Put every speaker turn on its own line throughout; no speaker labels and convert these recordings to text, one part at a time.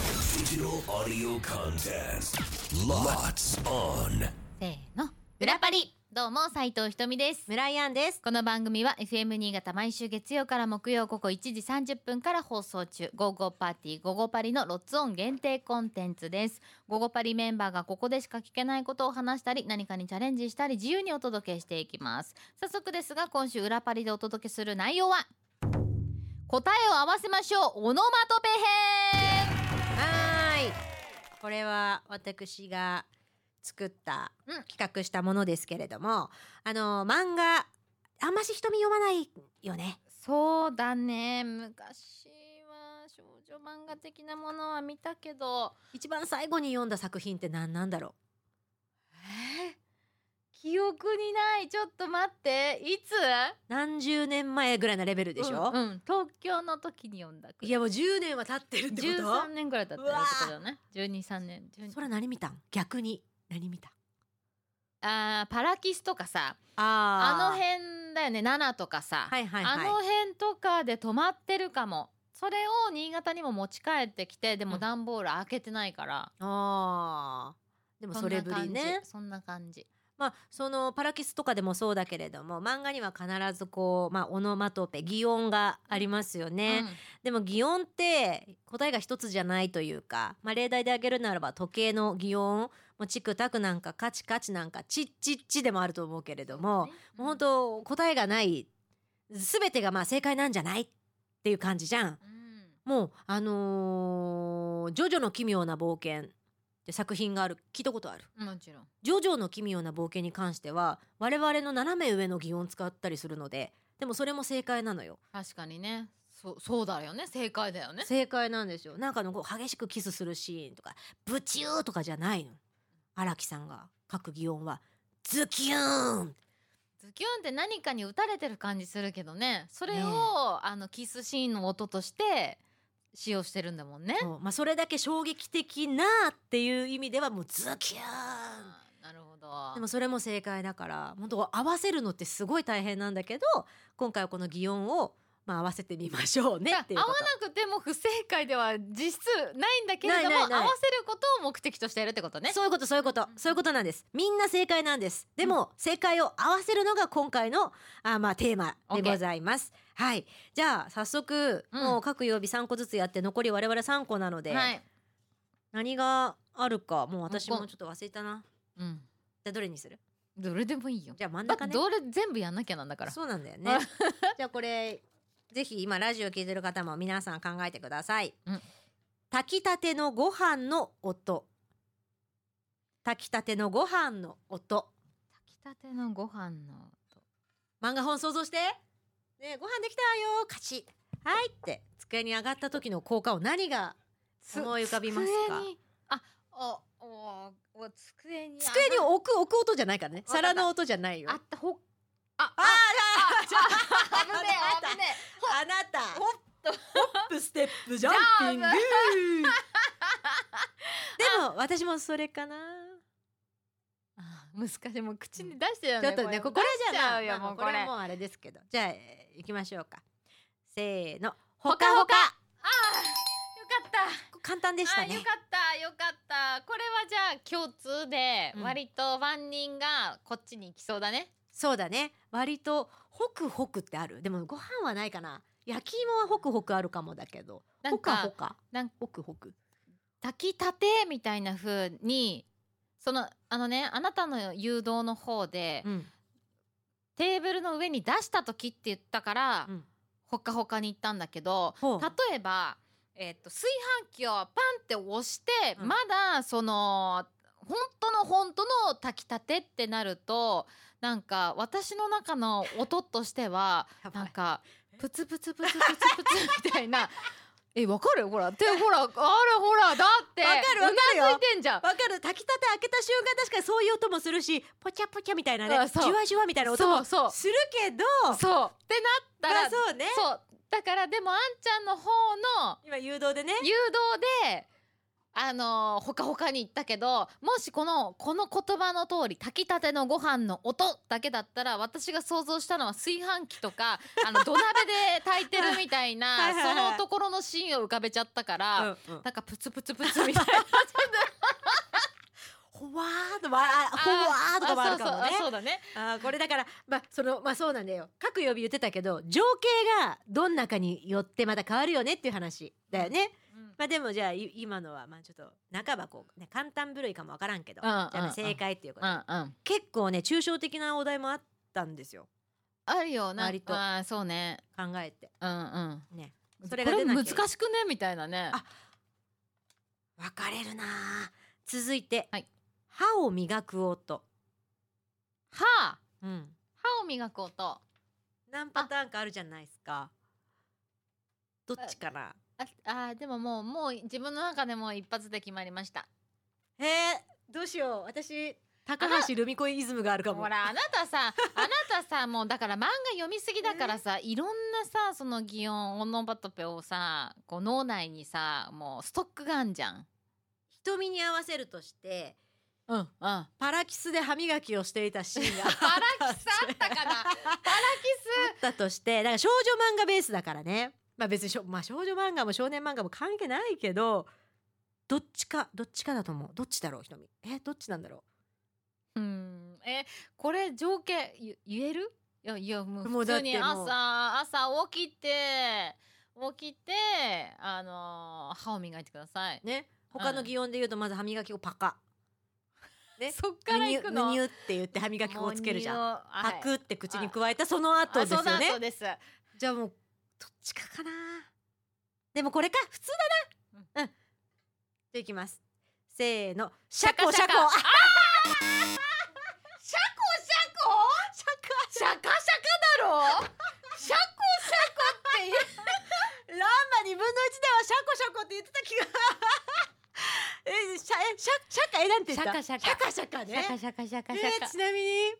Digital audio contest. Lots on.
せーの。裏パリどうも、斉藤ひとみです。
村井アンです。
この番組は FM 新潟毎週月曜から木曜午後1時30分から放送中、ゴーゴーパーティー、ゴーゴーパリのロッツオン限定コンテンツです。ゴーゴーパリメンバーがここでしか聞けないことを話したり、何かにチャレンジしたり、自由にお届けしていきます。早速ですが、今週裏パリでお届けする内容は、答えを合わせましょうオノマトペ編
はーい。これは私が作った、
うん
企画したものですけれども、あの漫画あんまし瞳読まないよね。
そうだね昔は少女漫画的なものは見たけど
一番最後に読んだ作品って何なんだろ
えー記憶にないちょっと待っていつ
う。何十年前ぐらいなレベルでしょ。
うんうん東京の時に読んだ
いやもう10年は経ってるってこ
13年ぐらい経ったよ
うわー
ってことだよね123年
と。
12
それ何見たん？逆に何見た？
あーパラキスとかさあ
あ
の辺だよね7とかさ、
はいはいはい。
あの辺とかで止まってるかもそれを新潟にも持ち帰ってきてで
う
も
ん
段ボール開けてないから、
あーでもそれぶりね。
そんな感じ
まあ、そのパラキスとかでもそうだけれども漫画には必ずこう、まあ、オノマトペ擬音がありますよ
そんな
ね、
感じ、
でも擬音って答えが一つじゃないというか、まあ、例題で挙げるならば時計の擬音もうチクタクなんかカチカチなんかチッチッチでもあると思うけれども、もう本当答えがない全てがまあ正解なんじゃないっていう感じじゃん。
うん、うん
もうあのージョジョの奇妙な冒険」って作品がある聞いたことある
もちろん
ジョジョの奇妙な冒険に関しては我々の斜め上の擬音使ったりするのででもそれも正解なのよ
確かにねそうそうだよね正解だよね
正解なんですよなんかあのこう激しくキスするシーンとかブチューとかじゃないの荒木さんが書く擬音はズキューン
ズキュンって何かに打たれてる感じするけどねそれを、
ねえ
あのキスシーンの音として使用してるんだもんね
そうまあ、それだけ衝撃的なっていう意味ではもうズキューン
あーなるほど
でもそれも正解だから本当合わせるのってすごい大変なんだけど今回はこの擬音をまあ合わせてみましょうねっていう
合
こ
わ
と
なくても不正解では実質ないんだけれども
ないないない
合わせることを目的としてやるってことね
そういうことそういうことそういうことなんですみんな正解なんですでも、正解を合わせるのが今回のあまあテーマでございますはいじゃあ早速、
うん
もう各曜日3個ずつやって残り我々3個なので、
はい、
何があるかもう私
も
も
う
ちょっと忘れたな
うん、
じゃあどれにする
どれでもいいよ
じゃあ真ん
だっ
中
て
ね
どれ全部やんなきゃなんだから
そうなんだ よねじゃあこれぜひ今ラジオ聞いてる方も皆さん考えてください、
うん
炊きたてのご飯の音炊きたてのご飯の音
炊きたてのご飯の音
漫画本想像してねえご飯できたよーカチッはいって机に上がった時の効果を何が
つ
思い浮かびますか
机にあおおお机に
机に置く置く音じゃないからね
わかった
皿の音じゃないよ
あ
あ
ったほっああ
あ
あ
あ
危ねえ危ね
あなた
ホ
ホップステップジャンピン
ジ
グ
ャ
でも私もそれかな
え難しいもう口に出してよ
ちょ
ね
っとねここ
れ
れじゃ
出しち
な
ゃうよ
いまあ
もう
こ
これ
れはもうあれですけどじゃあえー行きましょうかせーの
ほ
ほ
か
か
ほ
ほ
か
か
よかった
簡単でした
あ
ね
よかったよかったこれはじゃあ共通で
うん
割と万人がこっちに行きそうだね、
そうだね割とホクホクってあるでもご飯はないかな焼き芋はホクホクあるかもだけど
な
ホ
ん
カ
か
ホカ
なん
ホクホク
炊きたてみたいな風にそのあのねあなたの誘導の方で、
うん
テーブルの上に出した時って言ったから、
うん
ほかほかに行ったんだけど
ほう
例えば、えっと炊飯器をパンって押して、
うん
まだその本当の本当の炊きたてってなるとなんか私の中の音としては
やばい
なんかプツプツプツプツプツみたい なえわかるほらでほらあれほらだって
わかるわかるよ
うなずいてんじゃん
わかる炊きたて開けた瞬間確かにそういう音もするしポチャポチャみたいな
あ
ね
そう
ジュワジュワみたいな音
そ
も
うそう
するけど
そうってなった
ま
ら
あそうね
そうだからでもあんちゃんの方の
今誘導でね
誘導であのーほかほかに言ったけどもしこのこの言葉の通り炊きたてのご飯の音だけだったら私が想像したのは炊飯器と かあの土鍋で炊いてるみたいな
はいはいはいはい
そのところのシーンを浮かべちゃったから、
うんうん
なんかプツプツプツみたい な
ほわーとかあほわーとかもあるかも
あ
ね
そうそうあそうだね
あーこれだからまあそのまあそうなんだよ各曜日言ってたけど情景がどんなかによってまた変わるよねっていう話だよね。
うん
まあでもじゃあい今のはまあちょっと半ばこうね簡単狂いかもわからんけど、
うんうん
じゃあね正解っていうこと、
うんうん
結構ね抽象的なお題もあったんですよ
あるよなん
割と
あーそうね
考えて
うんうん
ね。
そ
そ
れ
れ
が
が出なきゃい
これ難しくねみたいなね
あ分かれるなあ続いて、
はい
歯を磨く音、
歯
うん、
歯を磨く音
何パターンかあるじゃないですかどっちかな
ああーでももうもう自分の中でもう一発で決まりました
えー、どうしよう私高橋留美子イズムがあるかも
ほらあなたさあなたさもうだから漫画読みすぎだからさいろんなさその擬音オノバトペをさこう脳内にさもうストックがあんじ ゃん。
瞳に合わせるとして
うんうん。パ
パラキスで歯磨きをしていたシ ーンが
ラキスあったかなパラ
あったとしてだから少女漫画ベースだからねまあ別にしょ、まあ、少女漫画も少年漫画も関係ないけどどっちかどっちかだと思うどっちだろうひとみえどっちなんだろ
キスうんえこれ情景ゆ言えるいやいやもう普
もうだ
通
って
に
もう
朝朝起きて起きてあのー歯を磨いてください。
うね他の擬音で言うとまず歯磨きをパカえ
そっから行くの。
むにゅむにゅって言って歯磨き粉をつけるじゃん
ん。
パクって口に加えたその後
あ
です
そう
よ
だ
ね
そうです。
じゃあもうどっちかかなでもこれか普通だなうん、じゃあいきますせーのシャコシャコ
シャコ
あ
シャコシャコシャカシャカシャカだろシャコシャコって言う
ランマ2分の1ではシャコシャコって言ってた気が えシャえシャシャカえなんて言った
シャカシ
シ
ャ
ャカシャカね
シャカシャカ
えーちなみに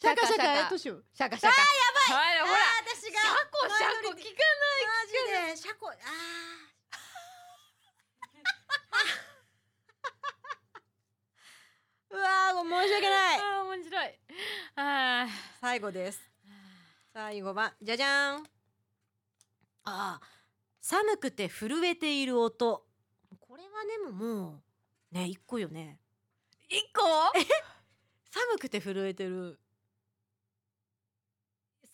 シ
シ
ャ
ャ
カ
カ
シ
シ
ャ
ャ
カ
カえどうしよう
シャカシャカあやばいほら
あー私
シャコシャコ聞か
マジでシャコあー うわーもう申し訳ない
ないあー面白いあ
最後です最後はじゃじゃーんあー寒くて震えている音これはでももうね一個よね
ー一個
寒くて震えてる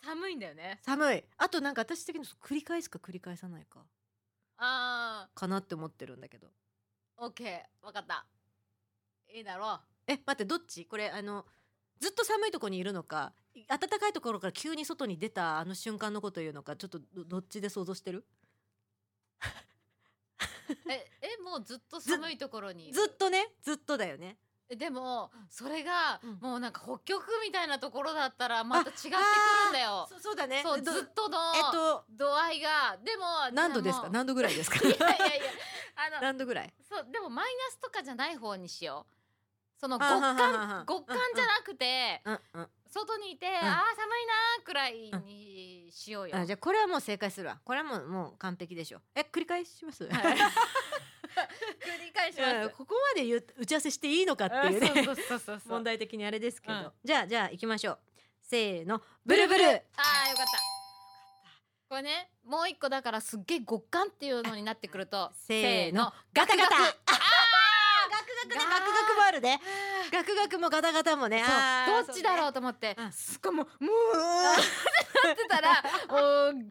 寒いんだよね
寒いあとなんか私的に繰り返すか繰り返さないか
あ
かなって思ってるんだけど
ーオッケーわかったいいだろ
え待ってどっちこれあのずっと寒いところにいるのかい暖かいところから急に外に出たあの瞬間のこと言うのかちょっとどどっちで想像してる
うええもうずっと寒いところにいる
ずっとねずっとだよね
えでもそれが
うん
もうなんか北極みたいなところだったらまた違ってくるんだよ
そそうだね
そうず
ど
っとの
えっと
度合いがでも
何度ですか
も
何度ぐらいですか
いやいやいやあの
何度ぐらい
そうでもマイナスとかじゃない方にしようその
あ
極
はんはんはんは
寒
ん
極寒じゃなくて
うんうん
外にいてあー
ん
寒いなーくらいにしようよ
あじゃあこれはもう正解するわこれはもうもう完璧でしょえ繰り返し ます、
はい 繰り返しま
うんここまで言う打ち合わせしていいのかっていうね
すそうそうそうそうそう
問題的にあれですけど、
うん
じゃあじゃあ行きましょうせーのブルブル
あーよかったこれねもう一個だからすっげえ極寒っていうのになってくると
せーのガタガ
ガ
タ
クガ
あーガクガクねガクガクもあるねガクガクもガタガタもねあ
そう
ー
どっちだろうと思って、
うん
すっごいもうもううわーってな ってたらもう学ブルの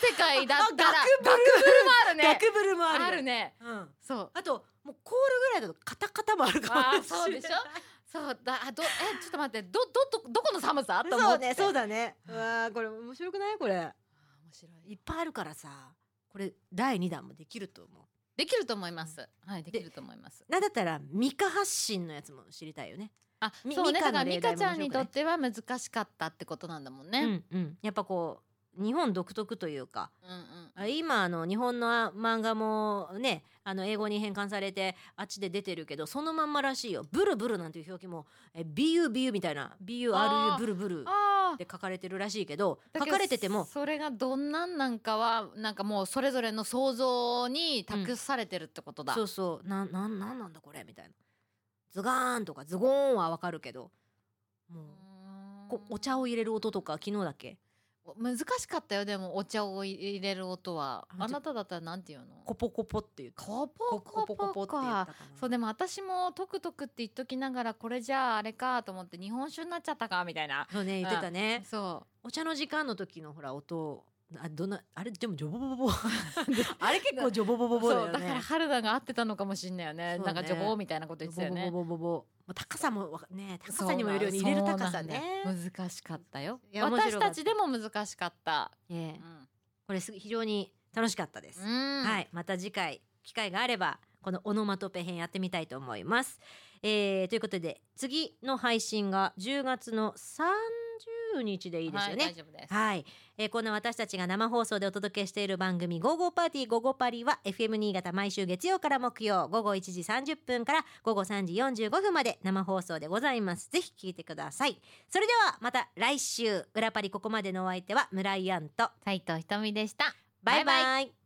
世界だったら
あ学ブル
学ブルもあるね
ガクブルもある
あ
よ
るね
うん
そう
あともうコールぐらいだとカタカタもあるかもしれな
あ
い
ーそうでしょそうだあどえちょっと待ってどどどどこの寒さと思
そう
って
ねそう
だ
だねうわーこれ面白くないこれ
面白
い
い
っぱいあるからさこれ第2弾もできると思う
できると思いますはいできると思います
なんだったら未可発信のやつも知りたいよね
あ
み
そうねだ
みか
か
ん
ら
の
ミ
例
カ
題も面白くない
ちゃんにとっては難しかったってことなんだもんね、
うんうんやっぱこう日本独特というか
うんうん
あ今あの日本のあ漫画もねあの英語に変換されてあっちで出てるけどそのまんまらしいよ「ブルブル」なんていう表記も「え BUBU」みたいな「
あ
BURU
ー
ブルブル」っ
あ
て書かれてるらしいけど
あ
書かれてても
それがどんなんなんかはなんかもうそれぞれの想像に託されてるってことだ、
そうそうななんなんなんだこれみたいなズガーンとかズゴーンはわかるけどもうこお茶を入れる音とか昨日だっけ
難しかったよでもお茶を入れる音は
あちょ
あなただったらなんて言うの
コポコポって言った
コポコポコ
って言っ
か
たか
そうでも私もトクトクって言っときながらこれじゃああれかと思って日本酒になっちゃったかみたいな
そうね言ってたね
そ
お茶の時間の時のほら音あどんなあれでもジョボボボボ あれ結構ジョボボボ
う
ボだよ
そ
ね
うだから春菜が合ってたのかもしんないよね
そう
な
ね
んかジョボみたいなこと言ってたよね
ボボボボボボボもう高さもわかね高
そう
さにもよるように入れる高さ
そうな
ね
んだ難しかったよ
いや面
私
白かった
たちでも難しかった、
え
う
え
ん
これす非常に楽しかったですはい、また次回機会があればこのオノマトペ編やってみたいと思います。えーということで次の配信が10月の30日でいいですよ
は大
ね。
丈夫です
はい、えーこんな私たちが生放送でお届けしている番組「ゴーゴーパーティーゴーゴーパリ」は FM 新潟毎週月曜から木曜午後1時30分から午後3時45分まで生放送でございます。ぜひ聞いてください。それではまた来週「裏パリ」ここまでのお相手は村井アンと
斉藤ひとみでした
バイバイ
バイ
イ